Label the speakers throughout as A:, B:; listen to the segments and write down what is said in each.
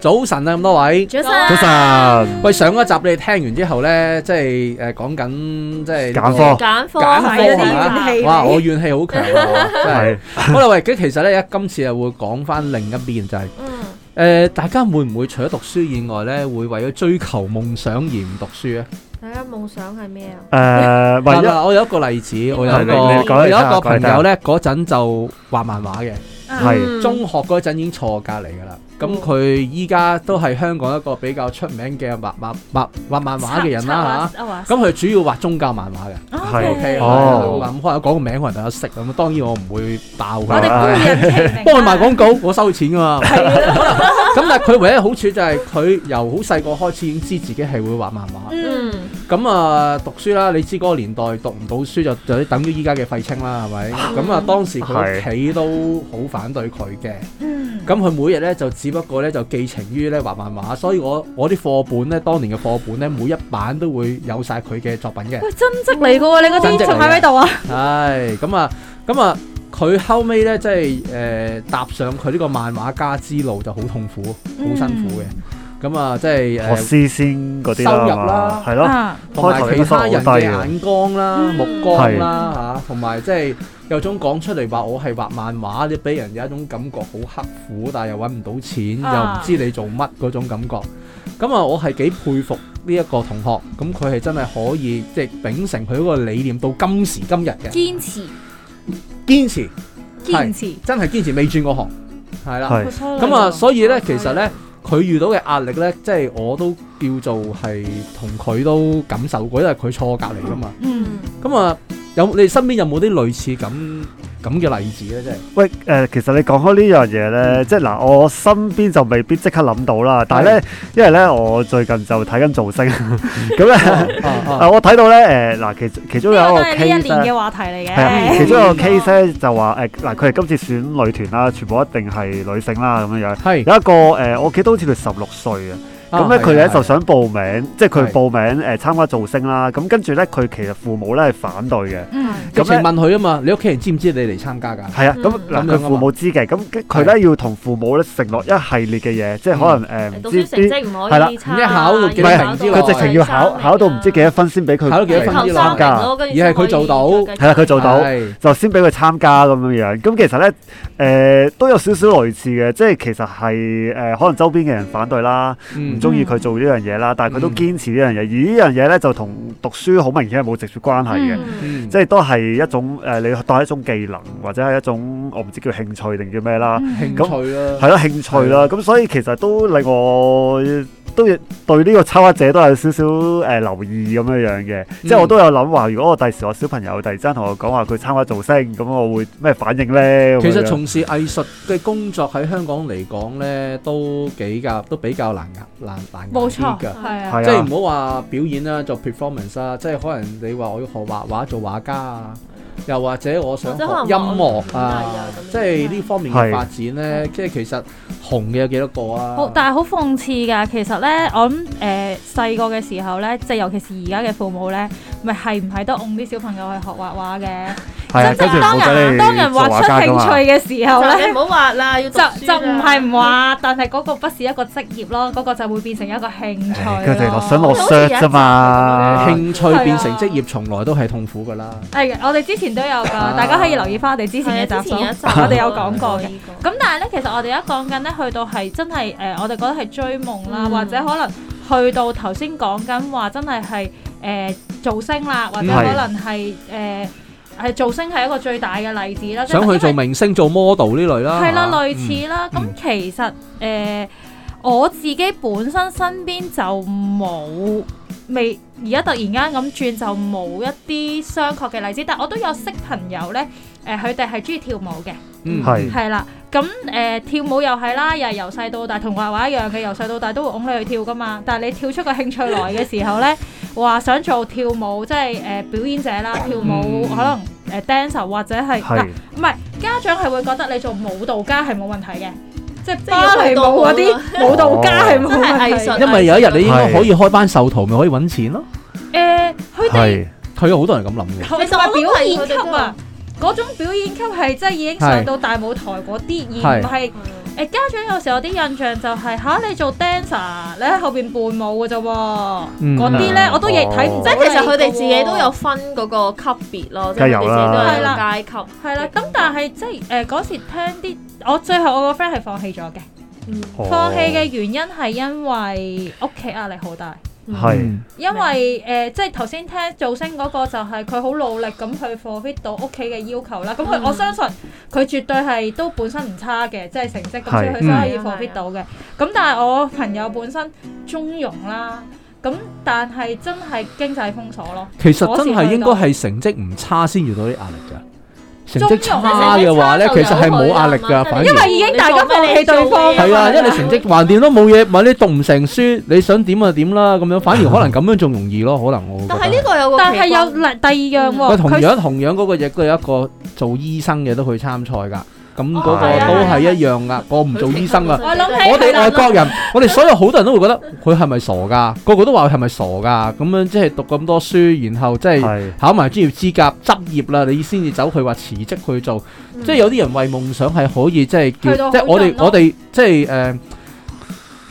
A: 早晨啊，咁多位。
B: 早晨，
C: 早晨，
A: 喂，上一集你哋聽完之後咧，即係誒講緊即係
C: 揀科
B: 揀科
A: 哦揀
B: 係有
A: 科
B: 啲啊
A: 係
B: 怨氣
A: 嘛？哇！我怨氣好強啊，真係
C: 係。
A: 好啦，喂，咁其實咧，今次又會講翻另一邊，就係
B: 嗯，
A: 誒，大家會唔會除咗讀書以外咧，會為咗追求夢想而唔讀書咧？
B: 大家夢想係咩啊？
C: 誒，唯
A: 嗱
C: 一
A: 嗱，我有一個例子，我有一
B: 係
A: 個
B: 你你講
A: 我
C: 嚟
A: 有一個
C: 聽下
A: 朋友咧，嗰陣就畫漫畫嘅。
C: 係
A: 中學嗰陣已經坐我隔離㗎啦，咁佢依家都係香港一個比較出名嘅畫畫畫畫漫畫嘅人啦
B: 嚇
A: 嚇。咁佢主要畫宗教漫畫嘅
C: 係
A: ，OK，
B: 啊
C: 哦
A: 咁可能講個名可能大家識咁，當然我唔會爆
B: 我哋
A: 佢，
B: 高 人平
A: 幫佢賣廣告，我收錢㗎嘛。
B: 啊
A: 咁但係佢唯一好處就係佢由好細個開始已經知自己係會畫漫畫，
B: 嗯，
A: 咁啊讀書啦，你知嗰個年代讀唔到書就就等於依家嘅廢青啦，係咪？咁啊當時佢屋企都好反對佢嘅。
D: 嗯，
A: 咁佢每日咧就只不過咧就寄情於咧畫漫畫，所以我我啲課本咧，當年嘅課本咧，每一版都會有晒佢嘅作品嘅。
D: 喂，真跡嚟噶喎，你嗰
A: 真跡
D: 啲
A: 嚟㗎
D: 仲喺咪度啊？
A: 唉，咁啊，咁啊，佢後尾咧即係誒、呃踏上佢呢個漫畫家之路就好痛苦，好辛苦
B: 嗯
A: 嘅。咁啊，即係
C: 學
A: 誒
C: 師先嗰啲啦
A: 收入啦
C: 嘛，係咯，
D: 啊，
A: 同埋其他人嘅眼光啦、
B: 嗯
A: 目光啦嚇，同埋即係有種講出嚟話我係畫漫畫，你俾人有一種感覺好刻苦，但係又揾唔到錢，
D: 啊
A: 又唔知你做乜嗰種感覺。咁啊，我係幾佩服呢一個同學，咁佢係真係可以即係秉承佢嗰個理念到今時今日嘅
B: 堅持
A: 堅持，
D: 堅持，
A: 真係堅持未轉過行，係啦。
C: 係
A: 咁啊，所以咧，其實咧，佢遇到嘅壓力咧，即係我都叫做係同佢都感受過，因為佢坐我隔離噶嘛。
D: 嗯，
A: 咁啊，有你身邊有冇啲類似咁咁嘅例子咧？即係
C: 喂誒，其實你講開呢樣嘢咧，即係嗱，我身邊就未必即刻諗到啦，但係咧，因為咧，我最近就睇緊造星，咁咧。啊！
A: 啊
C: 我睇到咧，誒嗱，其其中有
D: 呢
C: 一
D: 個
C: 個
D: 都係呢一
C: case
D: 年
C: 咧
D: 嘅話題嚟
C: 係啊，
D: 嘅。
C: 其中有個 case 咧就話誒嗱，佢哋今次選女團啦，全部一定係女性啦咁樣樣。
A: 係
C: 有一個誒，我記得好似佢十六歲啊嘅。咁咧佢咧就想報名，即
A: 啊係
C: 係佢報名誒參加造星啦。咁跟住咧佢其實父母咧係反對嘅，
D: 嗯，
A: 直
C: 咁
A: 情
C: 咧
A: 問佢啊嘛，你屋企人知唔知你嚟參加㗎？
C: 係啊。咁
B: 嗯
A: 咁樣
C: 嗱
A: 啊
C: 佢
A: 嘛
C: 父母知嘅，咁跟佢咧要同父母咧承諾一系列嘅嘢，即係
A: 嗯
C: 可能誒唔
B: 讀書
C: 知
B: 成
C: 啲
B: 績唔
C: 係啦
B: 可以差，啊
A: 一考到幾
C: 多
B: 要
C: 成
B: 考
A: 之內
B: 到
C: 佢直情要考考到唔知幾多分先俾佢
A: 考到幾多分
B: 頭
A: 之內
B: 啊三
C: 參
B: 名
C: 加，
B: 咯，跟住
A: 而係佢做到
C: 係啦佢做到。
A: 係
C: 就先俾佢參加咁樣樣，咁其實咧，誒、都有少少類似嘅，即係其實係誒、可能周邊嘅人反對啦，唔
A: 嗯
C: 中意佢做呢樣嘢啦，但係佢都
A: 嗯
C: 堅持呢樣嘢，而呢樣嘢咧就同讀書好明顯係冇直接關係嘅。
B: 嗯
A: 嗯
C: 即係都係一種誒、呃你當係一種技能或者係一種我唔知叫興趣定叫咩啦，
D: 嗯
A: 興
C: 咁
A: 趣啊啦，
C: 係咯興趣啦。咁所以其實都令我都對呢個參加者都有少少誒、呃留意咁樣樣嘅。即係我都有諗話，如果我第時我小朋友突然之間同我講話佢參加造星，咁我會咩反應咧？
A: 其實
C: 從
A: 從事藝術嘅工作喺香港嚟講咧，都幾較都比較難捱難難捱
D: 冇
A: 啲
D: 錯，
A: 㗎。
D: 係啊，
C: 係
A: 即係
C: 啊，
A: 唔好話表演啦，做 performance 啦，即係可能你話我要學畫畫做畫家啊，又或者我想學
B: 或者可能
A: 音樂啊
B: 樂，
A: 即係呢方面嘅發展呢，即係其實紅嘅有幾多個啊？
D: 好，但係好諷刺㗎。其實咧，我諗誒細個嘅時候咧，即係尤其是而家嘅父母咧，咪係唔係都㧬啲小朋友去學畫畫嘅？
C: 係啊，
D: 真
C: 跟住
D: 正當
C: 冇咗
D: 人
C: 你
D: 當人
C: 做
D: 畫
C: 畫
D: 出
C: 家㗎
D: 興趣
C: 嘛。
D: 嘅時候
B: 就
D: 咧
B: 你。唔好畫啦，要讀
D: 就
B: 書啦
D: 就唔係唔話，但係嗰個不是一個職業咯，嗰、個就會變成一個興趣咯。
C: 佢哋落想
B: 好
C: 落
B: 似有一
C: shot 啫嘛，
A: 興趣變成職業，從來都係痛苦噶啦。
D: 係嘅，我哋之前都有噶，
A: 啊
D: 大家可以留意翻我哋之前
B: 係啊
D: 嘅
B: 之
D: 集
B: 前
D: 數。
B: 有一集
D: 我哋有講過嘅
B: 呢個。
D: 咁但係咧，其實我哋而家講緊咧，去到係真係誒、呃我哋覺得係追夢啦，
B: 嗯
D: 或者可能去到頭先講緊話，真係係誒造星啦，或者
A: 嗯
C: 係
D: 可能係誒係造星係一個最大嘅例子啦。
A: 想
D: 因為
A: 去做明星、做 model 呢類啦。
D: 啊係啦，
A: 嚇
D: 類似啦。咁、
A: 嗯
D: 其實誒、呃我自己本身身邊就冇未而家突然間咁轉就冇一啲相確嘅例子，但我都有識朋友咧，誒佢哋係中意跳舞嘅，
A: 嗯
C: 係
D: 係啦。咁誒、呃跳舞又係啦，又係由細到大同畫畫一樣嘅，由細到大都會㧬你去跳噶嘛。但係你跳出個興趣來嘅時候 咧，話想做跳舞，即係誒、呃表演者啦，跳舞、
A: 嗯
D: 可能誒、呃 dancer 或者係嗱
C: 係
D: 唔係家長係會覺得你做舞蹈家係冇問題嘅，即係
B: 係要
D: 芭蕾舞嗰 啲舞蹈家係冇
B: 啊真係藝
D: 問題
B: 術
D: 嘅。
A: 因為有一日你應該可以開班授徒，咪可以揾錢咯。
D: 誒，佢哋
C: 係
A: 佢有好多人咁諗嘅。
D: 同埋表演級啊，嗰種表演級係真係已經上到大舞台嗰啲，而唔係
B: 嗯
D: 誒家長有時候有啲印象就係、吓你做 dancer，你喺後邊伴舞嘅啫喎，
A: 嗯
D: 嗰啲咧我都亦睇唔
C: 哦
B: 即係
D: 出
B: 其實佢
D: 嚟嘅
B: 哋自己都有
D: 喎
B: 分嗰個級別咯，即係
C: 梗有
B: 佢哋自己都有
D: 啦
B: 階級。
D: 係啦，咁但係即係誒嗰時聽啲，我最後我個 friend 係放棄咗嘅，
B: 嗯
C: 哦
D: 放棄嘅原因係因為屋企壓力好大。
C: 係
A: 嗯
D: 因為誒、即係頭先聽造星嗰個就係佢好努力咁去 fulfil 到屋企嘅要求啦。咁佢、
B: 嗯
D: 我相信佢絕對係都本身唔差嘅，即係成績咁，所以佢
C: 係
D: 先可以
B: 嗯
D: fulfil 到嘅。咁但係我朋友本身中庸啦，咁但係真係經濟封鎖咯。
A: 其實真係應該係成績唔差先遇到啲壓力㗎。成績差
B: 差
A: 嘅話咧，其實係冇壓力㗎，反而
D: 因為已經大家放棄對方
A: 係啊，
D: 因
A: 因為你成績橫掂都冇嘢，咪你讀唔成書，你想點就點啦，咁樣反而可能咁樣仲容易咯，可能我覺得
B: 但係呢個有個
D: 但係
B: 奇怪
D: 有另第二樣
A: 喂，
D: 喎，
A: 同
D: 佢
A: 樣同樣嗰個亦都有一個做醫生嘅都去參賽㗎，咁嗰個
B: 哦係啊
A: 都係一樣㗎，我唔做醫 生㗎。
D: 我諗起
A: 我哋
D: 係啦
A: 外國人，我哋所有好多人都會覺得佢係咪傻㗎？個個都話佢係咪傻㗎？咁樣即係讀咁多書，然後即係
C: 係
A: 考埋專業資格執業啦，你先至走去話辭職去做。
B: 嗯
A: 即係有啲人為夢想係可以即係叫，
D: 去到
A: 即係
D: 好
A: 我哋
D: 盡咯
A: 我哋即係誒、呃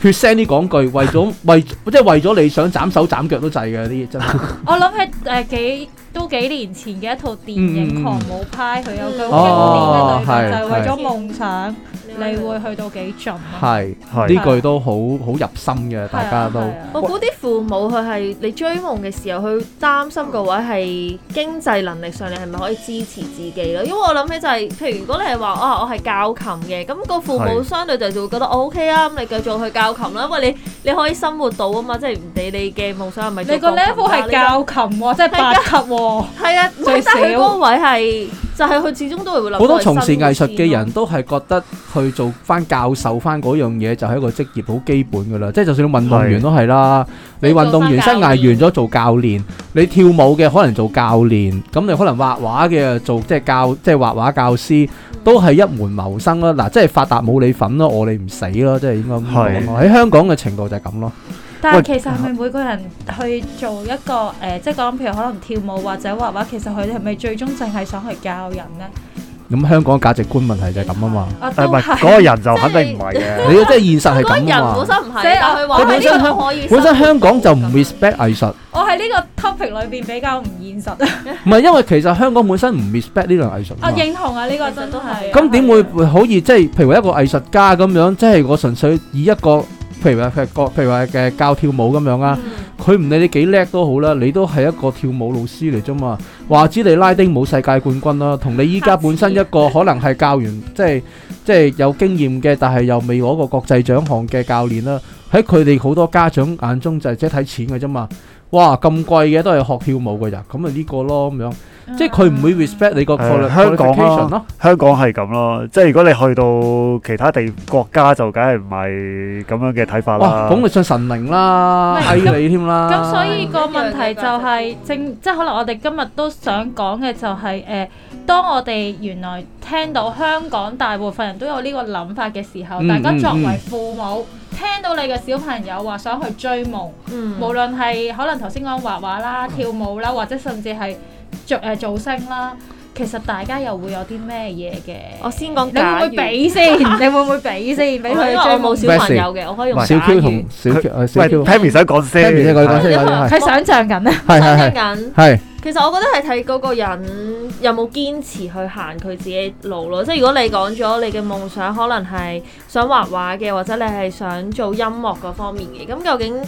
A: 血腥啲講句，為咗 為即係為咗理想斬手斬腳都制嘅有啲真係。
D: 我諗起誒幾都幾年前嘅一套電影
A: 嗯嗯
D: 《
A: 嗯
D: 狂舞派》，佢有句好
A: 哦
D: 經典嘅對白，就係
A: 係
D: 為咗夢想，你會去到幾盡咯。
A: 係
C: 係
A: 呢句都好好入心嘅，大家都
D: 係啊
B: 我估啲父母佢係你追夢嘅時候，佢擔心個位係經濟能力上，你係咪可以支持自己咯？因為我諗起就係、譬如如果你係話啊，我係教琴嘅，咁、個父母
C: 係
B: 相對就就會覺得我 OK 啊，咁你繼續去教琴啦，因為你你可以生活到啊嘛，即係唔理你嘅夢想係咪做
D: 你個
B: 鋼琴家
D: level 係教琴喎，即係八級喎。
B: 係啊，
D: 最少
B: 但係佢嗰個位係就係佢始終都係會諗
A: 好多從事藝術嘅人都係覺得去做翻教授翻嗰樣嘢就係一個職業好基本噶啦，即係就算你運動員都係啦，你運動員生涯完咗做教練，你跳舞嘅可能做教練，咁你可能畫畫嘅做即係教即係畫畫教師，都係一門謀生啦。嗱，即係發達冇你份咯，我你唔死咯，即係應該咁講咯。喺香港嘅程度就係咁咯。
D: 但係其實係咪每個人去做一個誒、呃即係講譬如可能跳舞或者畫畫，其實佢哋係咪最終淨係想去教人咧？
A: 咁香港價值觀問題就係咁啊嘛，
D: 啊，都
C: 誒唔係
D: 係。
C: 嗰個人就肯定唔係嘅，
A: 你即係現實係
B: 嗰個人
A: 咁啊嘛。
B: 本身唔係，
D: 即係
B: 但係佢話
A: 佢本身
B: 呢個可以
A: 本身
B: 生活
A: 香港就唔
B: 到咁
A: respect 藝術。
D: 我喺呢個 topic 裏邊比較唔現實啊！
A: 唔係因為其實香港本身唔 respect 呢類藝術啊
D: 我
A: 嘛，
D: 認同啊，呢、個真係。
A: 咁點會可以即係譬如一個藝術家咁樣，即係我純粹以一個譬如話譬如個譬如話嘅教跳舞咁樣啦，佢唔理你幾叻都好啦，你都係一個跳舞老師嚟啫嘛，話知你拉丁舞世界冠軍啦，同你依家本身一個可能係教完即係即係有經驗嘅，但係又未攞過國際獎項嘅教練啦，喺佢哋好多家長眼中就係即係睇錢嘅啫嘛，哇咁貴嘅都係學跳舞嘅人，咁咪呢個咯咁樣。
D: 嗯
A: 即係佢唔會 respect 你個 quali-
C: 誒香港啊
A: qualification 咯。
C: 香港係咁咯，即係如果你去到其他地國家就梗係唔係咁樣嘅睇法
A: 哇，
C: 啦。
A: 講你信神靈啦，
D: 唔係
A: 嗌你添啦。
D: 咁所以個問題就係、正，即係可能我哋今日都想講嘅就係、誒、當我哋原來聽到香港大部分人都有呢個諗法嘅時候，
A: 嗯
D: 大家
A: 嗯
D: 作
A: 嗯
D: 為父母，聽到你嘅小朋友話想去追夢，
B: 嗯
D: 無論係可能頭先講畫畫啦、跳舞啦，或者甚至係做誒造星啦，其實大家又會有啲咩嘢
B: 我
D: 嘅？
B: 先講
D: 你會
B: 假
D: 唔會 俾先？你會唔會俾先？俾
B: 因
D: 佢
B: 為
D: 追
B: 我冇
D: 夢？
B: 小朋友嘅，我可以用
A: 小
B: 假
A: Q
B: 語
A: 同小 Q 誒
C: 喂
A: 小 Q，
C: ，Pammy 想講先
A: 聽先佢講
C: 係
A: 先，有啲係
D: 佢想像緊啊！
A: 係係
B: 想
A: 係
B: 聽緊。
A: 係
B: 其實我覺得係睇嗰個人有冇堅持去行佢自己路咯。即係如果你講咗你嘅夢想，可能係想畫畫嘅，或者你係想做音樂嗰方面嘅，咁究竟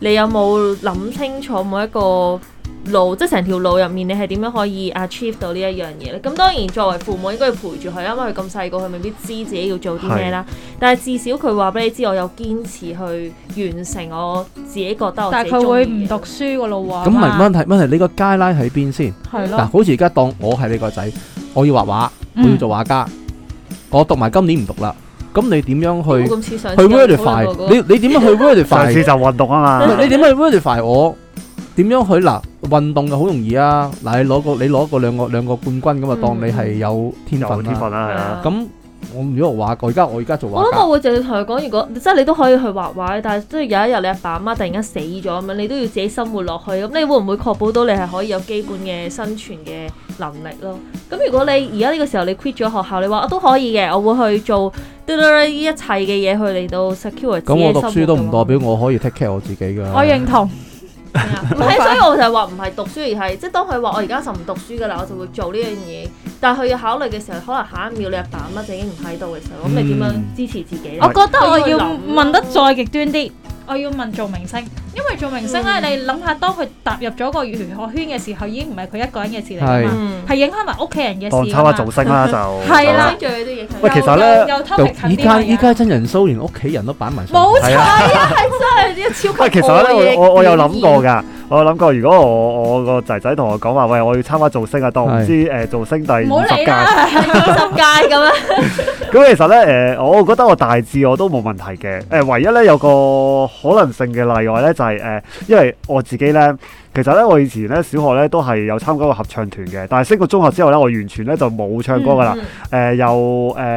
B: 你有冇諗清楚每一個路，即係成條路入面，你係點樣可以 achieve 到呢一樣嘢咧？咁當然作為父母應該要陪住佢，因為佢咁細個，佢未必知自己要做啲咩啦。但係至少佢話俾你知，我有堅持去完成我自己覺得我自
D: 但
B: 己
D: 係佢會
B: 鍾意
D: 唔
B: 嘅
D: 讀書噶咯喎。
A: 咁咪問題問題你個 guideline 喺邊先？
D: 係
A: 嗱，
D: 咯，
A: 好似而家當我係你個仔，我要畫畫，我要做畫家，我讀埋今年唔讀啦。咁你點樣去
B: 冇咁似上
A: 去
B: 次我哋討論
A: verify？
B: 過嗰個
A: 你你點 樣去 verify？
C: 上次就運動啊
A: 唔
C: 嘛，
A: 係 你點去 verify 我？點樣去嗱運動嘅好容易啊！
D: 嗯
A: 嗱，你攞個你攞個兩個兩個冠軍咁啊，當你係有天
C: 有
A: 分啦。
C: 天 分啦，係啊，
A: 咁我唔如我畫，我而家我而家做
B: 我
A: 畫
B: 諗
A: 家，
B: 我會直接同佢講，如果即係你都可以去畫畫，但係即係有一日你阿爸阿媽突然間死咗咁樣，你都要自己生活落去，咁你會唔會確保到你係可以有基本嘅生存嘅能力咯？咁如果你而家呢個時候你 quit 咗學校，你話啊都可以嘅，我會去做嘟嘟嘟呢一切嘅嘢去嚟到 secure 自
A: 咁
B: 己
A: 我
B: 嘅
A: 讀
B: 生
A: 書都唔代
B: 活
A: 表我可以 take care 我自己㗎。
D: 我認同。
B: 㗎嘛唔 係，所以我就係話唔係讀書而係，即係當佢話哦我而家就唔讀書㗎啦，我就會做呢樣嘢。但係佢要考慮嘅時候，可能下一秒你阿爸阿媽就已經唔喺度嘅時候，咁你點樣
C: 嗯
B: 支持自己呢
D: 我覺得我要
B: 佢要諗咯
D: 問得再極端啲，我要問做明星，因為做明星咧，
B: 嗯
D: 你諗下，當佢踏入咗個娛樂圈嘅時候，已經唔係佢一個人嘅事嚟㗎嘛，
B: 嗯
D: 係影響埋屋企人嘅
C: 當
D: 事
C: 抽
D: 㗎
C: 下
D: 嘛。
C: 造星啦就。
D: 係啦
B: 最啲影響
C: 喂其實呢
D: 又又偷
A: 就
D: 食近
A: 依
D: 啲
A: 家
D: 嘅
A: 依家真人 show 連屋企人都擺埋上台，
D: 冇錯啊！
B: 真係超級
C: 喂，其實咧，我我我有諗過㗎，我有諗過，如果我我個仔仔同我講話，喂，我要參加造星啊，當唔知誒造星第
D: 唔
C: 五
D: 好
C: 十
D: 理
C: 屆，
D: 啦，
B: 十屆咁樣，
C: 咁其實咧誒，我覺得我大致我都冇問題嘅，誒，唯一咧有個可能性嘅例外咧就係誒，因為我自己咧，其實咧我以前咧小學咧都係有參加過合唱團嘅，但係升到中學之後咧，我完全咧就冇唱歌㗎啦。誒、呃又誒誒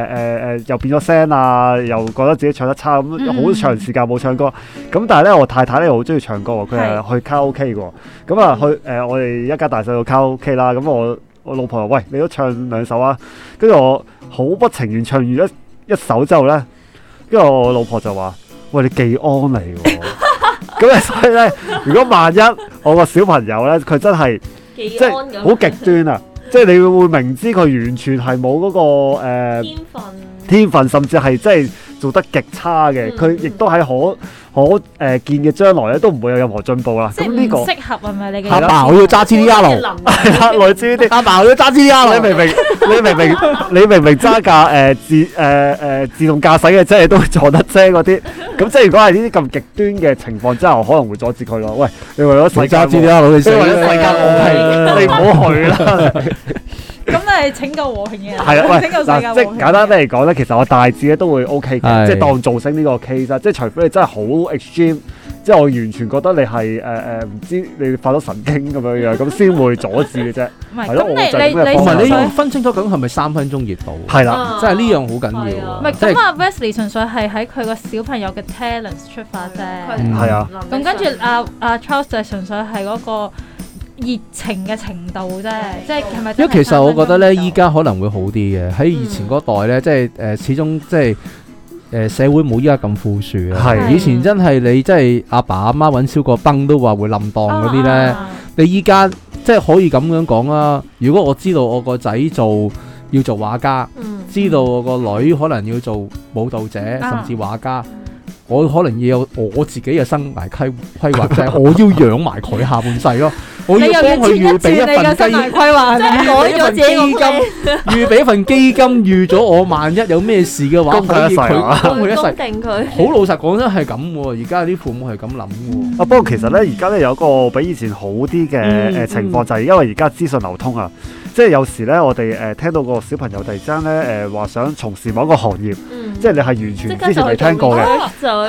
C: 誒又變咗聲啊，又覺得自己唱得差咁，
D: 嗯
C: 好長時間冇唱歌。咁但係咧，我太太咧好中意唱歌喎，佢係去卡拉 OK 嘅喎。咁啊，去
D: 嗯
C: 誒、我哋一家大細去卡拉 OK 啦。咁我我老婆話：喂，你都唱兩首啊！跟住我好不情願唱完一一首之後咧，跟住我老婆就話：喂，你技安嚟喎！咁啊，所以咧，如果萬一我個小朋友咧，佢真係〜
B: 幾
C: 即
B: 安
C: 係
B: 咁，
C: 好極端啊！即係你會明知佢完全係冇嗰個誒、呃
B: 天分。
C: 天分，甚至係即係做得極差嘅，
B: 嗯
C: 佢亦都喺可可誒、呃、見嘅將來咧都唔會有任何進步啦。
D: 即係
C: 咁
D: 唔
C: 呢、個
D: 適合係咪你嘅？
A: 阿爸我要揸 G D R
B: 嘅
A: 路，
B: 能力
C: 係啦， 類似呢啲。
A: 阿爸我要揸 G D R
C: 你
A: 路，
C: 明明你明明你明明揸架誒、呃自誒誒、呃自動駕駛嘅車都撞得車嗰啲，咁即係如果係呢啲咁極端嘅情況之下，我可能會阻止佢咯。喂，你為咗世
A: 你
C: 界
A: 揸 G D
C: 和，
A: R 路，你
C: 你
A: 死
C: 為
A: 啦
C: 咗世界和平，你唔好去啦。
D: 咁你拯救和平嘅人，
C: 係啊啦，喂，
D: 拯救世界和
C: 嗱，即
D: 平
C: 係
D: 嘅人。
C: 簡單啲嚟講咧，其實我大致咧都會
A: 係
C: OK 嘅，即係當造星呢個 case 啦，即係除非你真係好 extreme，即係我完全覺得你係誒誒唔知你發咗神經咁樣樣，咁先會阻止嘅啫。
D: 唔係
C: 係咯
D: 咁
C: 我就係
D: 你
C: 咁嘅
D: 你
A: 同
C: 方法
A: 埋
D: 你
A: 你
D: 純
A: 要
D: 粹。
A: 分清楚咁係咪三分鐘熱度？
C: 係啦，
A: 真係呢樣好緊要
D: 唔
A: 啊
D: 係！
A: 即係
D: 咁啊，Wesley 純粹係喺佢個小朋友嘅 talents 出發啫。
A: 嗯
C: 係啊。
D: 咁跟住阿阿 Charles 就純粹係嗰個熱情嘅程度啫，即係係咪
A: 因為
D: 真係三分鐘熱嗯度？
A: 其實我覺得咧，依家可能會好啲嘅。喺以前嗰代咧，即係誒、呃始終即係誒、呃社會冇依家咁富庶啊。
C: 係
A: 以前真係你即係阿爸阿媽揾少個崩都話會冧檔嗰啲咧，
D: 啊啊
A: 你依家即係可以咁樣講啦。如果我知道我個仔做要做畫家，
B: 嗯
A: 知道我個女可能要做舞蹈者，甚
D: 啊
A: 至畫家。我可能要有我自己嘅生涯規規劃，就係我要養埋佢下半世咯。我
D: 你又
A: 要
D: 要
A: 幫
D: 轉
A: 佢
D: 一
A: 預
D: 轉
A: 備
D: 你
A: 一
D: 嘅生
A: 份雞
D: 涯規劃係
B: 即係
D: 咪？
B: 改咗自己個 plan，
A: 預備一份基金，預咗我萬一有咩事嘅話，
C: 供佢
A: 可
C: 一
A: 以
C: 世啊
A: 佢供佢一
B: 攻
A: 世。
B: 定佢。
A: 好老實講真係咁喎，而家啲父母係咁諗嘅
C: 啊，不過其實咧，而家咧有一個比以前好啲嘅
A: 嗯
C: 誒情況，就係因為而家資訊流通啊，即係有時咧我哋誒聽到個小朋友突然之間咧誒話想從事某一個行業，即係你係完全之前未聽過嘅。
D: 啊
B: 就
C: 例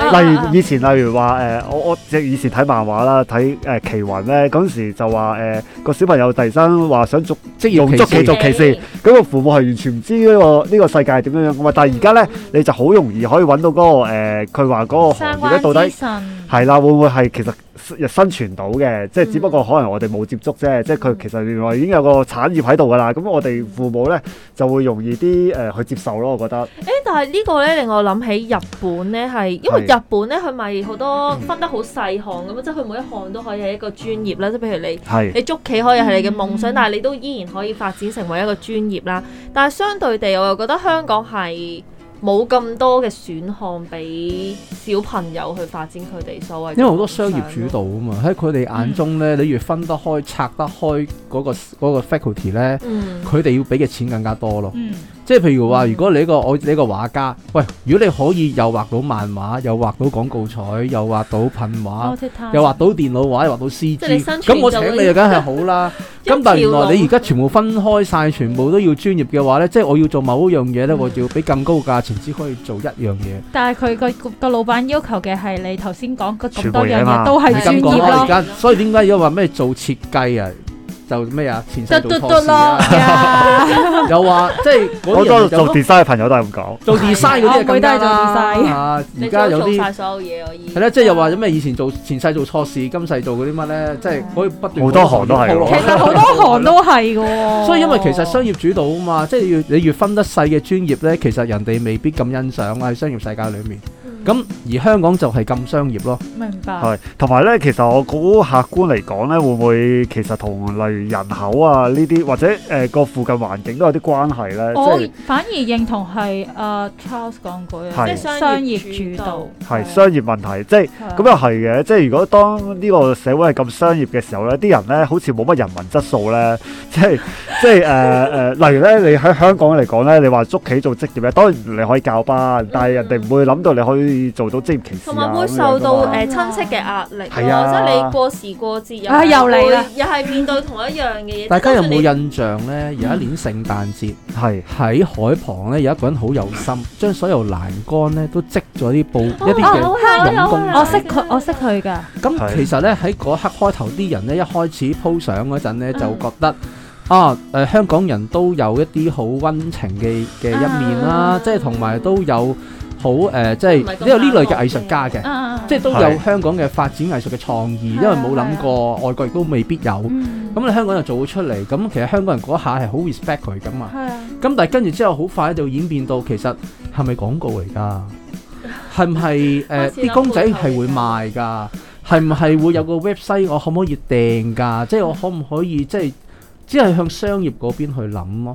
C: 如以前，例如話誒、呃我我即係以前睇漫畫啦，睇誒、呃奇雲咧，嗰陣時就話誒個小朋友突然間話想做，
A: 喎，職
C: 用
A: 業
C: 足
A: 歧
C: 幾
A: 視
C: 種。咁、個父母係完全唔知呢、個呢、個世界係點樣樣噶嘛。但係而家咧，你就好容易可以揾到嗰、個誒佢話嗰個行
D: 相
C: 業
D: 關
C: 咧到
D: 資
C: 底
D: 訊
C: 係啦，會唔會係其實呃生存到嘅？即係只不過
B: 嗯
C: 可能我哋冇接觸啫，即係佢其實原來已經有個產業喺度噶啦。咁我哋父母咧就會容易啲誒、呃去接受咯，我覺得。
B: 誒，但係呢個咧令我諗起日本咧，係因為
C: 係
B: 日本咧佢咪好多分得好細項咁樣，即係佢每一項都可以係一個專業啦，即係譬如你。
C: 係。
B: 你捉棋可以係你嘅夢想，
D: 嗯
B: 但係你都依然可以發展成為一個專業啦。但係相對地，我又覺得香港係冇咁多嘅選項俾小朋友去發展佢哋所謂嘅夢想咯。
A: 因為好多商業主導啊嘛，喺佢哋眼中咧，你越分得開、拆得開嗰個嗰個 faculty 咧，
B: 嗯，
A: 佢哋要俾嘅錢更加多咯。
D: 嗯
A: 即係譬如話，
B: 嗯
A: 如果你一個我你一個畫家，喂，如果你可以又畫到漫畫，又畫到廣告彩，又畫到噴畫。
D: multitask
A: 啊又畫到電腦畫，又畫到 CG，
B: 哦係你生存
A: 咁我請
B: 就會
A: 你就梗係好啦。 咁但係原來你而家全部分開晒，全部都要專業嘅話呢，即係我要做某一樣嘢呢，
B: 嗯
A: 我就要俾更高嘅價錢，只可以做一樣嘢。
D: 但係佢個個老闆要求嘅係你頭先講嗰咁
C: 傳
D: 多
C: 媒
D: 樣
C: 啊嘛
D: 嘢都係
A: 係
D: 專
A: 咁
D: 業
A: 講啦，
D: 咯
A: 而。家所以點解而家話咩做設計啊？就咩啊，前世
D: 嘟
A: 做
D: 嘟
A: 錯
D: 嘟
A: 事啊
D: 咯，，呀
A: 又話即係嗰
C: 好
A: 啲
C: 多
A: 人就
C: 做
A: 覺得
C: design 嘅朋友都係咁講。
A: 做 design 嗰啲就更加啦
D: 我哦妹都係做 design
A: 啊！而
B: 你
A: 家 有
B: 做
A: 啲
B: 晒所有嘢，我已
A: 係啦，即係又話咩以前做前世做錯事，今世做嗰啲乜咧，即係可以不斷
C: 好多行都係 喎
D: 其實好多行都係嘅 喎。
A: 所以因為其實商業主導啊嘛，即係要你越分得細嘅專業呢，其實人哋未必咁欣賞啊啦喺商業世界裏面。咁而香港就係咁商業 咯，
D: 明白，
B: 啊
C: 係，同埋咧，其實我估客觀嚟講咧，會唔會其實同例如人口啊呢啲，或者誒個、附近環境都有啲關係咧？
B: 哦
D: 我
C: 即
D: 反而認同係誒 Charles 講嗰樣，
C: 係
D: 即係商業主導啊
C: 係係商業問題，即係
B: 啊
D: 係啊
A: 啊
C: 咁又係嘅。即係如果當呢個社會係咁商業嘅時候咧，啲人咧好似冇乜人文質素咧， 即係即係誒誒，例如咧，你喺香港嚟講咧，你話捉棋做職業咧，當然你可以教班，但係人哋唔會諗到你可以做到職業騎士
B: 同
C: 啊
B: 埋會
C: 咁樣㗎
B: 受到呃
C: 嘛
B: 誒親戚嘅壓力咯，即
C: 係啊
B: 係你過時過節又
D: 啊又嚟啦
B: 會又係面對同一樣嘅嘢。
A: 大家有冇
B: 即係就算你
A: 印象呢？有一年聖誕節
C: 係
A: 喺海旁呢，有一個人好有心，將所有欄杆呢都織咗啲布
D: 哦
A: 一啲嘅。
D: 啊
B: 有
A: 人工
B: 有有
D: 我識佢，我識佢㗎。
A: 咁
C: 係
A: 其實呢，喺嗰一刻開頭啲人呢，一開始 po 相嗰陣
B: 嗯
A: 呢，就覺得。啊！誒、香港人都有一啲好温情嘅嘅一面啦，
B: 啊
A: 即係同埋都有好誒、即係
B: 唔係咁嗯
A: 都有呢類嘅藝術家嘅。
D: 啊
A: 即係都有
C: 係
A: 香港嘅發展藝術嘅創意，因
D: 係啊
A: 為冇諗過外國亦都未必有。咁
D: 嗯
A: 你香港人做咗出嚟，咁其實香港人嗰一下係好 respect 佢噶嘛。
D: 係啊，
A: 咁但係跟住之後好快就演變到其實係咪廣告嚟㗎？係唔係誒
B: 開始諗
A: 啲公仔係會賣㗎？係唔係會有個 website 我可唔可以訂㗎？即係我可唔可以即係只係向商業嗰邊去諗咯？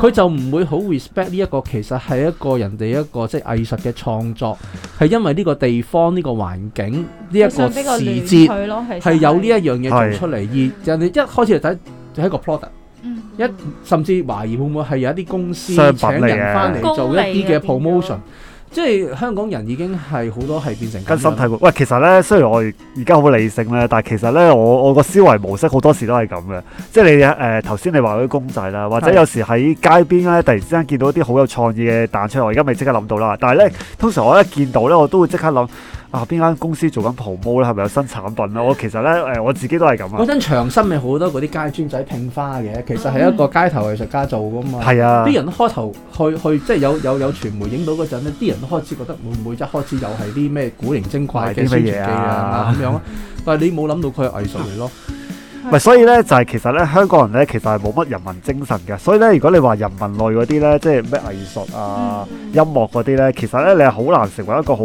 A: 佢就唔會好 respect 呢一個，其實係一個人哋一個即係藝術嘅創作，係因為呢個地方、呢、個環境、呢、一個時節
D: 節
A: 係有呢一樣嘢做
C: 係
A: 出嚟，而人哋一開始就睇就係一個 product，
D: 嗯
A: 一甚至懷疑會唔會係有一啲公司
C: 商品
A: 請
C: 嚟嘅
A: 人翻嚟做一啲嘅
B: 功利嘅變咗
A: promotion，即係香港人已經係好多係變成咁樣
C: 根深蒂固。喂，其實咧，雖然我而而家好理性咧，但係其實咧，我我個思維模式好多時都係咁嘅，即係你誒頭先你話嗰啲公仔啦，或者
A: 係
C: 有時喺街邊咧，突然之間見到啲好有創意嘅彈出嚟，我而家未即刻諗到啦。但係咧，通常我一見到咧，我都會即刻諗啊，邊間公司做緊 promo 咧，係咪有新產品咧？我其實咧誒、我自己都係咁
A: 嗰
C: 啊，
A: 陣長身咪好多嗰啲街專仔拼花嘅，其實係一個街頭藝術家做噶嘛。
C: 係啊
A: 啲。人開頭去去即係有有有傳媒影到嗰陣咧，啲人都開始覺得會唔會一開始又係啲咩古靈精怪嘅
C: 賣
A: 宣
C: 啲
A: 傳
C: 乜
A: 機
C: 嘢
A: 啊
C: 啊
A: 咁樣啊？但係你冇諗到佢係藝術嚟咯，
C: 咪所以咧，就係、其實咧，香港人咧，其實係冇乜人文精神嘅。所以咧，如果你話人文類嗰啲咧，即係咩藝術啊、
D: 嗯
C: 音樂嗰啲咧，其實咧，你係好難成為一個好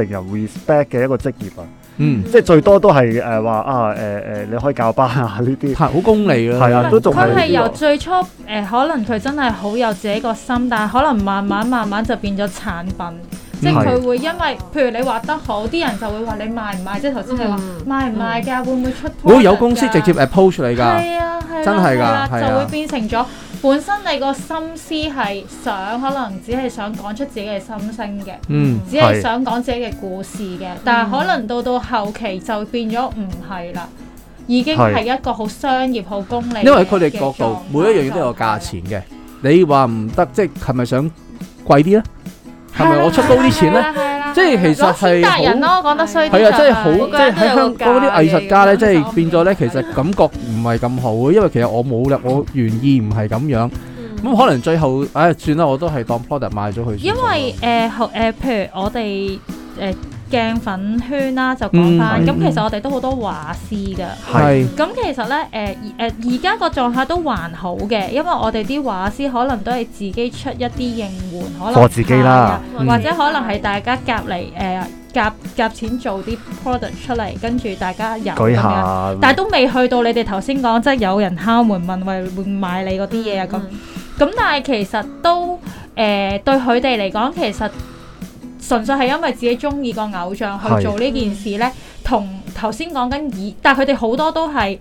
C: 令人 respect 嘅一個職業啊。
A: 嗯，
C: 即係最多都係誒話啊誒誒、你可以教班啊呢啲。
A: 嗯係好功利啦，
C: 係啊都仲
D: 佢係
C: 係
D: 由最初誒、可能佢真係好有自己個心，但係可能慢慢慢慢就變咗產品，即
A: 嗯
D: 係佢會因為譬如你畫得好，啲人就會話你賣唔賣，即係頭先你話
B: 嗯
D: 賣唔賣㗎，會唔會出 product 㗎？
A: 會有公司直接 approach 你㗎，
D: 係啊，係啊
A: 真係㗎
D: 係啊
A: 係啊
D: 就會變成咗本身你個心思係想，可能只係想講出自己嘅心聲嘅。
A: 嗯，
D: 只係
C: 係
D: 想講自己嘅故事嘅，但係可能到到後期就變咗唔係啦，已經
C: 係
D: 係一個好商業、好功利嘅。
A: 因為佢哋角
D: 嘅狀
A: 度
D: 態
A: 每一樣嘢都有價。錢嘅，你話唔得，即係係咪想貴啲咧？係咪我出高啲錢咧？
D: 咧
A: 即係其實係
D: 達人咯，講得衰啲
A: 係啊，
D: 就
A: 真係好，
B: 每個
A: 即係
B: 人
A: 喺
B: 都有
A: 香
B: 個
A: 港嗰啲
B: 價
A: 藝術家咧，
B: 嘅
A: 即係變咗咧，其實感覺唔係咁好，因為其實我冇啦，我原意唔係咁樣，咁可能最後，唉，算啦，我都係當 product 賣咗佢算數
D: 因
A: 啦。
D: 為誒好誒，譬如我哋誒鏡粉圈啦，就講翻
A: 嗯
D: 咁，
A: 係
D: 其實我哋都好多畫師㗎。
A: 係
D: 咁其實咧，誒誒而家個狀態都還好嘅，因為我哋啲畫師可能都係自己出一啲應援，可能
C: 我自己啦
D: 派啊，
A: 嗯
D: 或者可能係大家夾嚟誒夾夾錢做啲 product 出嚟，跟住大家有咁樣，
C: 舉下，
D: 但係都未去到你哋頭先講，即係有人敲門問喂會唔會買你嗰啲嘢啊咁。咁但係其實都誒、呃、對佢哋嚟講，其實純粹係因為自己中意個偶像去
C: 係
D: 做呢件事咧，同頭先講緊以，但係佢哋好多都係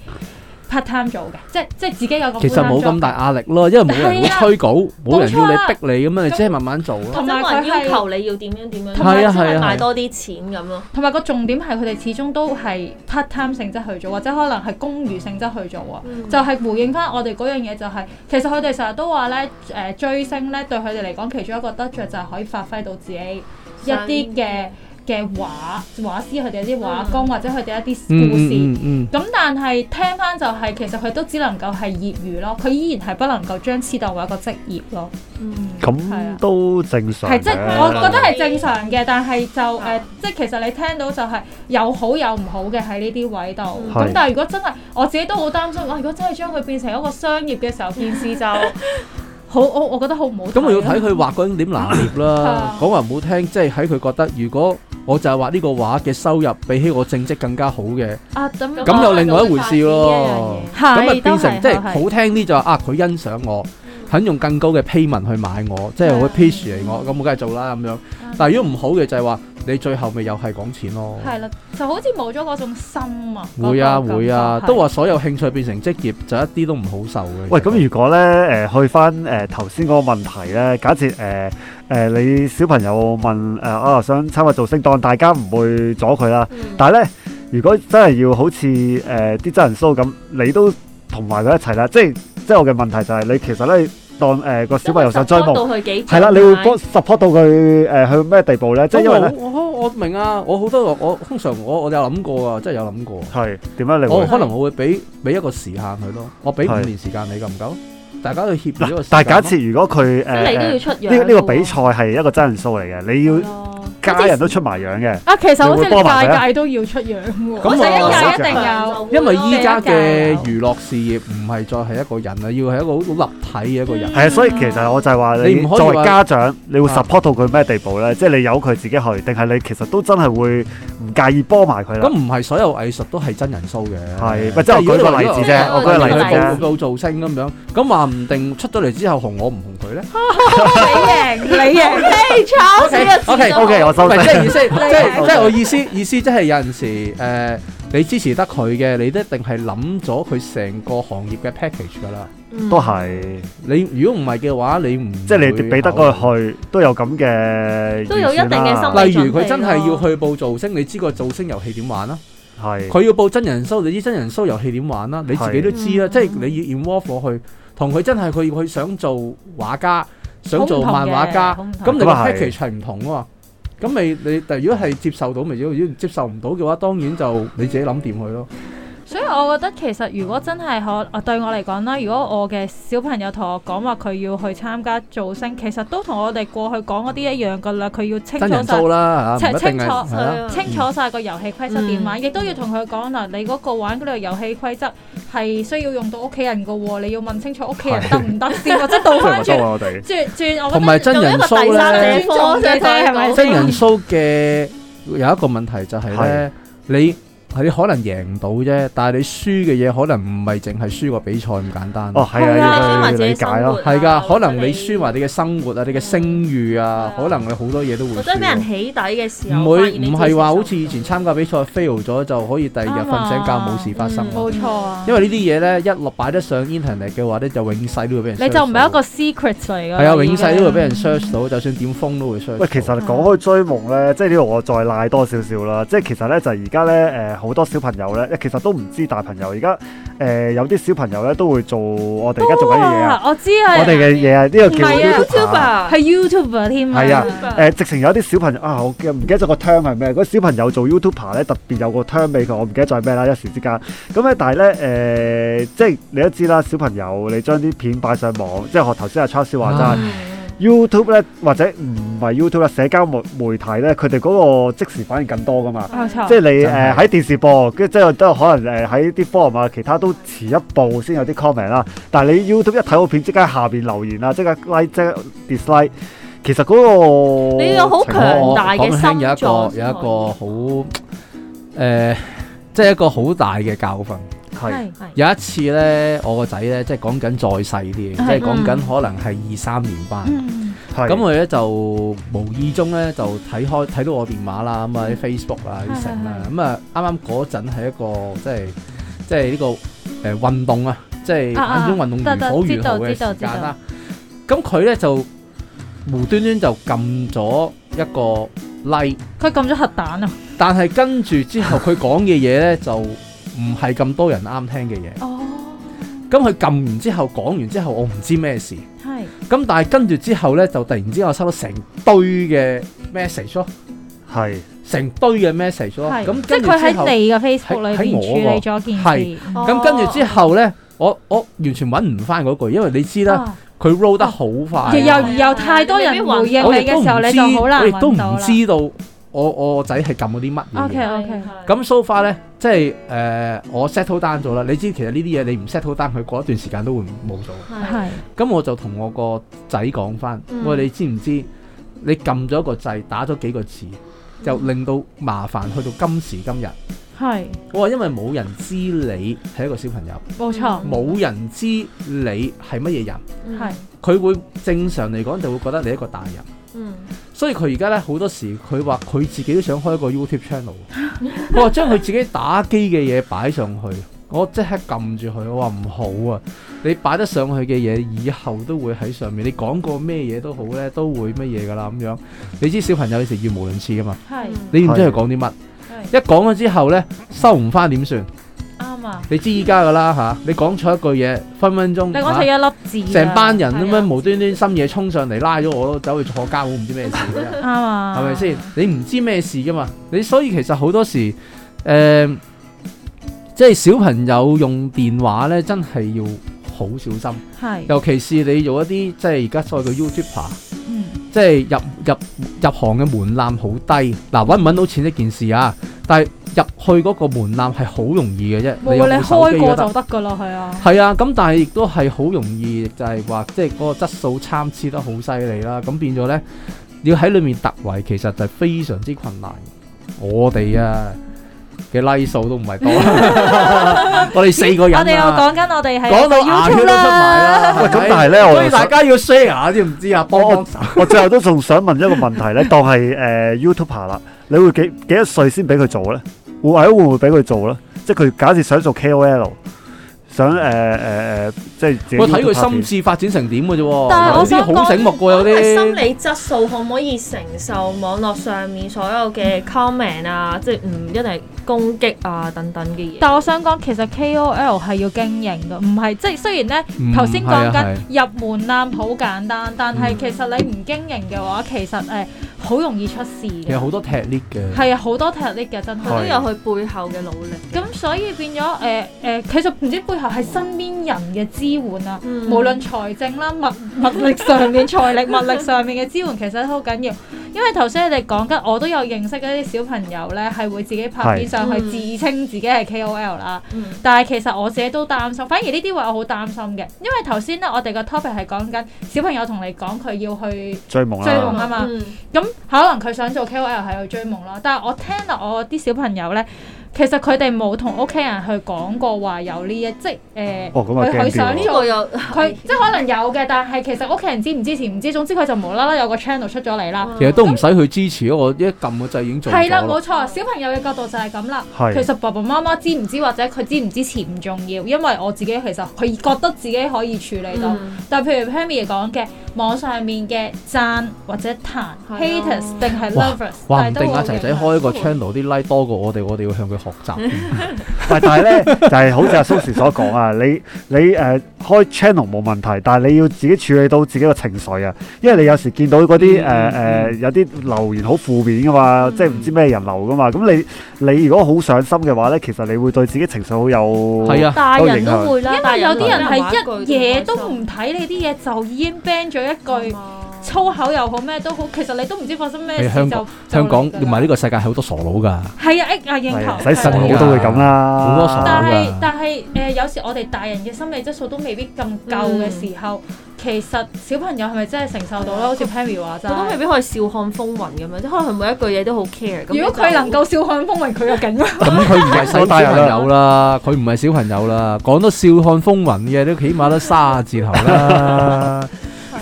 D: part time 做嘅，即係即係自己有個
A: 其實
D: full-time
A: 冇
D: job
A: 咁大壓力咯，因為冇人會催稿，冇人要你
D: 冇錯啊
A: 逼你咁樣，你即係慢慢做咯。
D: 同
B: 同
D: 埋
B: 埋
D: 佢係
B: 佢要求你要點樣點樣，
A: 係啊係啊
B: 即係
A: 係啊
B: 賣多啲錢咁咯。
D: 同埋個重點係佢哋始終都係 part time 性質去做，或者可能係公餘性質去做喎。
B: 嗯
D: 就係回應翻我哋嗰樣嘢，就係其實佢哋成日都話咧，誒、追星咧對佢哋嚟講，其中一個得着就係可以發揮到自己一啲嘅嘅嘅畫畫師，佢哋有啲畫
B: 嗯
D: 工或者佢哋一啲故事。
A: 嗯嗯嗯
D: 咁但係聽翻就係、其實佢都只能夠係業餘咯，佢依然係不能夠將黐當為一個職業咯。嗯，係啊
C: 咁都正常嘅。
D: 係即係我覺得係正常嘅，但係就誒、呃即係其實你聽到就係有好有唔好嘅喺呢啲位度。
B: 嗯
D: 咁
C: 係
D: 但係如果真係我自己都好擔心，我如果真係將佢變成一個商業嘅時候，件事就好我我覺得好唔好睇咯。
A: 咁我要睇佢畫嗰種點拿捏啦
D: 啊。
A: 講話唔好聽，即係喺佢覺得，如果我就係畫呢個畫嘅收入比起我正職更加好嘅，
D: 啊咁
A: 咁又另外一回事咯。
D: 係
A: 咁咪變
D: 都係
A: 成即係
D: 都係
A: 好聽啲就係啊，佢欣賞我，肯用更高嘅 payment 去買我，即係我
D: 係
A: p a g e 嚟我，咁我梗係做啦咁樣。但係如果唔好嘅就係話，你最後咪又係講錢咯。
D: 係啦，就好似冇咗嗰種心啊。
A: 會啊
D: 嗰個感覺
A: 會啊，
D: 係
A: 都話所有興趣變成職業就一啲都唔好受嘅。
C: 喂，咁如果咧誒、呃去翻誒頭先嗰個問題咧，假設誒誒你小朋友問誒、呃啊想參加造星當，大家唔會阻佢啦。但係咧，如果真係要好似誒啲真人 show 咁，你都同埋佢一齊啦，即係即係我嘅問題就係、你其實咧當誒、呃、個小朋友想追夢，係啦，你會幫 support 到佢誒、呃去咩地步咧？即係因為咧
A: 我我我明啊，我好多我通常我我有諗過啊，真係有諗過啊。
C: 係點樣你
A: 我
C: 會？
A: 可能我會俾俾一個時限佢咯，我俾五
C: 係
A: 年時間你夠唔夠？大家去協調一個時間咯。
C: 但係假設如果佢誒呃呢呢個比賽係一個真人 show 嚟嘅，你
A: 嗯
C: 要家人都出埋樣嘅。
D: 啊，其實好似
C: 你會幫埋佢
D: 你
C: 啊
D: 屆屆都要出樣喎。
A: 咁
D: 第
A: 我
D: 一屆一
C: 識
D: 定有。
A: 因為依家嘅
D: 我
A: 娛樂事業唔係再係一個人啊啦，要係一個好好立體嘅一個人。
C: 係啊，所以其實我就係話你
A: 你唔可以
C: 作為
A: 話
C: 家長，你會
A: 啊
C: support 到佢咩地步咧？即係你由佢自己去，定係你其實都真係會唔介意幫埋佢
A: 咁
C: 啦？
A: 唔係所有藝術都係真人 show 嘅，
C: 係咪即係我舉個例子啫
B: 我舉個例子
A: 去
B: 啫
A: 報告造星咁樣，咁話唔定出咗嚟之後紅我唔紅佢咧。
D: 贏你贏。
C: O K，我
A: 唔
C: 收聲
A: 係，即。係意思，即係
D: 明
A: 即係我意思，意思即係有陣時誒、你支持得佢嘅，你一定係諗咗佢成個行業嘅 package 㗎啦。
B: 嗯
C: 都係，
A: 你如果唔係嘅話，你唔
C: 即係你俾得
A: 個
C: 佢去，都有咁嘅啊
B: 都有一定嘅心
C: 理，
A: 例如佢真係要去報造星，你知個造星遊戲點玩啦？
C: 係
A: 佢要報真人 show，你知真人 show 遊戲點玩啦？你自己都知啦，
D: 係
A: 即係你要 involve 我去，同佢真係佢佢想做畫家，想做漫畫家，
D: 好唔同嘅
A: 咁你個
C: 咁啊係
A: package 係唔同啊嘛。咁咪你，但如果係接受到咪如果接受唔到嘅話，當然就你自己諗掂佢咯。
D: 所以我覺得其實如果真係可，啊對我嚟講啦，如果我嘅小朋友同我講話佢要去參加造星，其實都同我哋過去講嗰啲一樣噶啦，佢要清楚
A: 真人
D: 晒
A: show 啦，嚇唔
D: 清
A: 一定係
D: 清楚
A: 係啦。
D: 清楚晒個遊戲規則
A: 嗯
D: 點玩，亦都要同佢講嗱，你嗰個玩嗰個遊戲規則係需要用到屋企人噶喎，你要問清楚屋企人得唔得先，或者倒
C: 雖然
D: 翻
C: 話多
D: 轉
C: 啊我哋，
D: 轉轉，我覺
A: 同
D: 得
A: 埋真人 show 咧，
C: 哦
A: 真人 show 嘅有一個問題就係咧，你係你可能贏唔到啫，但係你輸嘅嘢可能唔係淨係輸個比賽咁簡單。
C: 哦係啊，要去理解咯，
A: 係
D: 啊
A: 㗎，可能你輸埋你嘅生活啊，你嘅聲譽啊，
B: 係啊
A: 可能你好多嘢都會
B: 或者俾人
A: 輸。啊
B: 起底嘅時候，
A: 唔會
B: 發現你
A: 唔
B: 自己
A: 係話
B: 受
A: 好似以
B: 傷
A: 前參加比賽 fail 咗就可以第二日瞓醒覺冇事發生
B: 啱啊
A: 啊。
D: 啊冇錯啊，
A: 因為呢啲嘢咧一落擺得上 internet 嘅話咧，就永世都會俾人 search 到。
D: 你就唔係一個嗯 secret 嚟㗎啦，
A: 係啊，永世都會俾人
D: 已經
A: search 到，就算點封都會 search 到。
C: 喂，其實講開追夢咧，即係呢度我再賴多少少啦。即係其實咧，就而家咧，誒好多小朋友咧，其實都唔知大朋友。而家誒有啲小朋友咧都會做我哋而家做緊嘅嘢啊，
D: 啊我知
C: 我
D: 係
C: 哋嘅嘢啊，呢個叫
D: 唔係啊
C: YouTuber
D: 係 YouTuber 添
C: 係啊，誒直情有啲小朋友啊，我記唔記得咗個 term 係咩？嗰小朋友做 YouTuber 咧，特別有個 term 俾佢，我唔記得咗係咩啦，一時之間。咁咧，但係咧誒，即係你都知啦，小朋友你將啲片擺上網，即係學頭先阿 Charles 話齋。
A: 啊
B: 嗯
C: YouTube 咧，或者唔係 YouTube 啦，社交媒媒體咧，佢哋嗰個即時反應更多噶嘛。
D: 冇錯
C: 即係你呃
A: 真係
C: 誒喺電視播，跟住之後都可能誒喺啲 forum 啊，其他都遲一步先有啲 comment 啦。但係你 YouTube 一睇個片，即刻下邊留言啊啦，即刻 like 即刻 dislike。其實嗰個
B: 你要好
C: 情況
B: 強大嘅
A: 講
B: 心
A: 聽有一個
B: 臟
A: 有一個好誒，即係一個好大嘅教訓。
C: 係
D: 係
A: 有一次咧，我個仔咧，即係講緊再細
B: 嗯
A: 啲嘅，即係
D: 係
A: 講緊可能係二三年班。
D: 嗯
C: 係
A: 咁佢咧就無意中咧就睇開睇到我電話啦，咁啊啲 Facebook 啊啲成啦，咁啊啱啱嗰陣係一個即係即係呢個誒運動啊，即係
D: 啊啊
A: 眼中運動
D: 得得
A: 如火如
D: 知道
A: 荼嘅
D: 知道
A: 時間啦。咁佢咧就無端端就撳咗一個 like。
D: 佢撳咗核彈啊！
A: 但係跟住之後，佢講嘅嘢呢，就唔係咁多人啱聽嘅嘢。
D: 哦，
A: 咁佢撳完之後，講完之後，我唔知咩事。
D: 係
A: 咁但係跟住之後呢，就突然之間我收到成堆嘅 message 咯，
C: 係
A: 成堆嘅 message 咯。
D: 係
A: 咁
D: 即係
A: 跟住
D: 佢
A: 之後
D: 喺，你嘅
A: 喺
D: Facebook 裏邊
A: 喺
D: 處
A: 我
D: 理咗件
A: 係
D: 事。
B: 哦
A: 咁跟住之後咧，我我完全揾唔翻嗰句，因為你知啦，
D: 啊
A: 佢 roll 得好快
D: 又
B: 日日
A: 啊。
D: 又又太多人回應
A: 我
D: 你
A: 亦都唔
D: 嘅時候，你
A: 知，
D: 就好難
A: 我亦都
D: 揾
A: 唔
D: 到啦。
A: 知道我我仔係撳咗啲乜嘢嘅。
D: OK
A: 咁 so far 咧，即係誒、呃我 settle down 咗啦。你知其實呢啲嘢你唔 settle down，佢過一段時間都會冇咗。
D: 係
A: 咁我就同我個仔講翻，
B: 嗯
A: 喂，你知唔知？你撳咗一個掣，打咗幾個字，就令到麻煩去到今時今日。
D: 係
A: 我話因為冇人知你係一個小朋友，
D: 冇錯，
A: 冇人知你係乜嘢人，
D: 係
A: 佢會正常嚟講就會覺得你係一個大人。
B: 嗯
A: 所以佢而家咧好多時，佢話佢自己都想開一個 YouTube channel，佢話將佢自己打機嘅嘢擺上去，我即刻撳住佢，我話唔好啊！你擺得上去嘅嘢，以後都會喺上面。你講過咩嘢都好咧，都會乜嘢噶啦咁樣。你知小朋友有時語無倫次噶嘛？
D: 係
A: 你唔知佢講啲乜，一
D: 係
A: 講咗之後咧收唔翻點算？
D: 啱啊！
A: 你知依家噶啦吓，你講錯一句嘢，分分鐘
D: 你講錯
A: 嚇
D: 一粒字啊，
A: 成班人咁
D: 係啊
A: 樣無端端深夜衝上嚟拉咗我，走去坐監，我唔知咩事㗎
D: 啱啊，
A: 係咪先？你唔知咩事噶嘛？你所以其實好多時，誒、即係小朋友用電話咧，真係要好小心。
D: 係，
A: 尤其是你用一啲即係而家所謂嘅 YouTuber，
D: 嗯，
A: 即係入入入行嘅門檻好低。嗱，揾唔揾到錢一件事啊，但係入去嗰個門檻係好容易嘅啫。
D: 冇
A: 你有
D: 啊，你
A: 部手機
D: 開
A: 都
D: 過
A: 得
D: 就。得㗎啦，係啊，
A: 係啊，咁但係亦都係好容易，就係話即係嗰個質素參差得好犀利啦。咁變咗呢，要喺裏面突圍，其實就係非常之困難。我哋啊嘅 like 數都唔係多，我哋四個人
D: 我哋又
A: 啊，
D: 講緊我哋係
A: 講到牙血
D: YouTube
A: 都出埋
D: 啦，
A: 啦。係咪
C: 喂咁但係呢我
A: 所以大家要 share 下知唔知啊？幫幫手。
C: 我最後都仲想問一個問題 咧，當係誒、呃 YouTuber 啦，你會幾幾多歲先俾佢做咧？會或者會唔會俾佢做咧？即係佢假設想做 KOL，想誒誒誒，即係自己
A: 我睇
C: YouTuber
A: 佢心
C: 片
A: 智發展成點嘅啫喎。
D: 但
B: 係
A: 有
B: 我
A: 啲
D: 想
A: 好醒目嘅，有
B: 因為心
A: 啲
B: 理質素可唔可以承受網絡上面所有嘅 comment 啊，即係唔一定係攻擊啊等等嘅嘢。
D: 但我想講，其實 KOL 係要經營㗎，唔係即係雖然咧
A: 嗯
D: 頭先
A: 係
D: 講
A: 啊係
D: 緊入門檻好簡單，但係
A: 嗯
D: 其實你唔經營嘅話，其實誒好容易出事
A: 其實
D: 嘅。
A: 好多 technique 嘅。
D: 係啊，好多 technique 嘅真
B: 佢
D: 係。
B: 都有佢背後嘅努力。
D: 咁所以變咗誒誒，其實唔知背後係身邊人嘅支援啊，
B: 嗯
D: 無論財政啦、物 物力上面、財力、物力上面嘅支援，其實都好緊要。因為頭先你哋講緊，我都有認識一啲小朋友咧，係會自己拍片
C: 係
D: 上去
B: 嗯
D: 自稱自己係 KOL 啦。
B: 嗯
D: 但係其實我自己都擔心，反而呢啲位我好擔心嘅，因為頭先咧我哋個 topic 係講緊小朋友同你講佢要去，
C: 追夢
D: 追夢
C: 啦，
D: 啊嘛
B: 嗯
D: 咁可能佢想做 KOL 係去追夢啦。但係我聽落我啲小朋友咧，其實佢哋冇同屋企人去講過話有呢一即係誒，
C: 哦咁啊
D: 佢
C: 驚
D: 佢想
B: 呢
C: 啲喎，
B: 個又
D: 佢即係可能有嘅，但係其實屋企人支唔支持唔知，總之佢就無啦啦有個 channel 出咗嚟啦。
A: 其實都唔使去支持，我一撳個掣已經做
C: 啊
D: 係
A: 咗
D: 啦，
A: 啦
D: 冇。錯，小朋友嘅角度就係咁啦。其
C: 係
D: 實爸爸媽媽支唔知或者佢支唔支持唔重要，因為我自己其實佢覺得自己可以處理到。
B: 嗯
D: 但譬如 Pammy 講嘅網上面嘅讚或者彈
B: 係啊
D: haters 定係
A: 哇話
D: lovers，但
A: 唔
D: 係都
A: 定
D: 好
A: 啊，
D: 影
A: 仔仔
D: 響
A: 開個 channel 啲 like 多過我哋，我哋要向佢學 習。
C: 但但 係咧，就係好似阿 Susie 所講啊，你你誒、呃、開 channel 冇問題，但係你要自己處理到自己個情緒啊，因為你有時見到嗰啲誒
A: 嗯嗯
C: 誒有啲留言好負面噶嘛，即係唔知咩人留噶嘛，咁你你如果好上心嘅話咧，其實你會對自己情緒好有
A: 係啊，
B: 大人都會啦，
D: 因
B: 大
D: 為有啲人
B: 都
D: 係一夜都
B: 開心
D: 唔睇你啲嘢就已經 ban 咗一
B: 嗯
D: 句粗口又好咩都好，其實你都唔知發生咩事
A: 係香港
D: 就
A: 香港
D: 就嚟㗎啦
A: 同埋呢個世界係好多傻佬 㗎，
D: 係啊，誒啊認
C: 係
D: 頭
C: 啊使神
A: 佬
C: 我
D: 係啊
C: 都會咁啦，
A: 好多傻佬
D: 但係
A: 㗎
D: 但係誒、呃有時我哋大人嘅心理質素都未必咁夠嘅時候，其實小朋友係咪真係啊承受到咧？好似 Pammy 話
B: 我都未
D: 齋，
B: 必可以笑看風雲咁樣，即係可能佢每一句嘢都好 care。
D: 如果佢能夠笑看風雲，佢就勁啦。
A: 咁佢唔係小朋友啦，佢唔係小朋友啦，講得笑看風雲嘅都起碼都卅字頭 啦，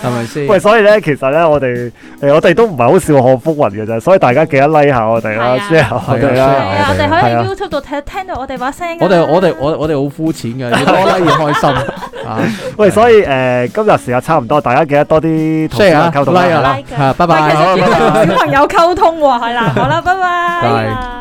A: 係咪先？
C: 喂，所以咧，其實咧，我哋誒我哋都唔係好笑看風雲嘅啫，所以大家記得 like 下我哋啦
B: 係啊
C: ，share 下我哋
A: 係啊
D: 係
C: 啦。
D: 啊，我
A: 係
D: 哋
A: 啊
D: 可以
C: 係啊
D: 喺 YouTube 度睇聽到我哋把聲㗎啦。啊
A: 我哋我哋我我哋好膚淺嘅，要多 like 要 開心啊
C: 喂，所以誒今日時間差唔多，大家記得多啲同
A: ！share 啊
C: 溝通
A: ，like
C: 啦。
A: 啊，嚇拜
D: 但
A: 拜
D: 係其。實主要係同小朋友溝通喎，係啦，好啦，拜拜。
A: 拜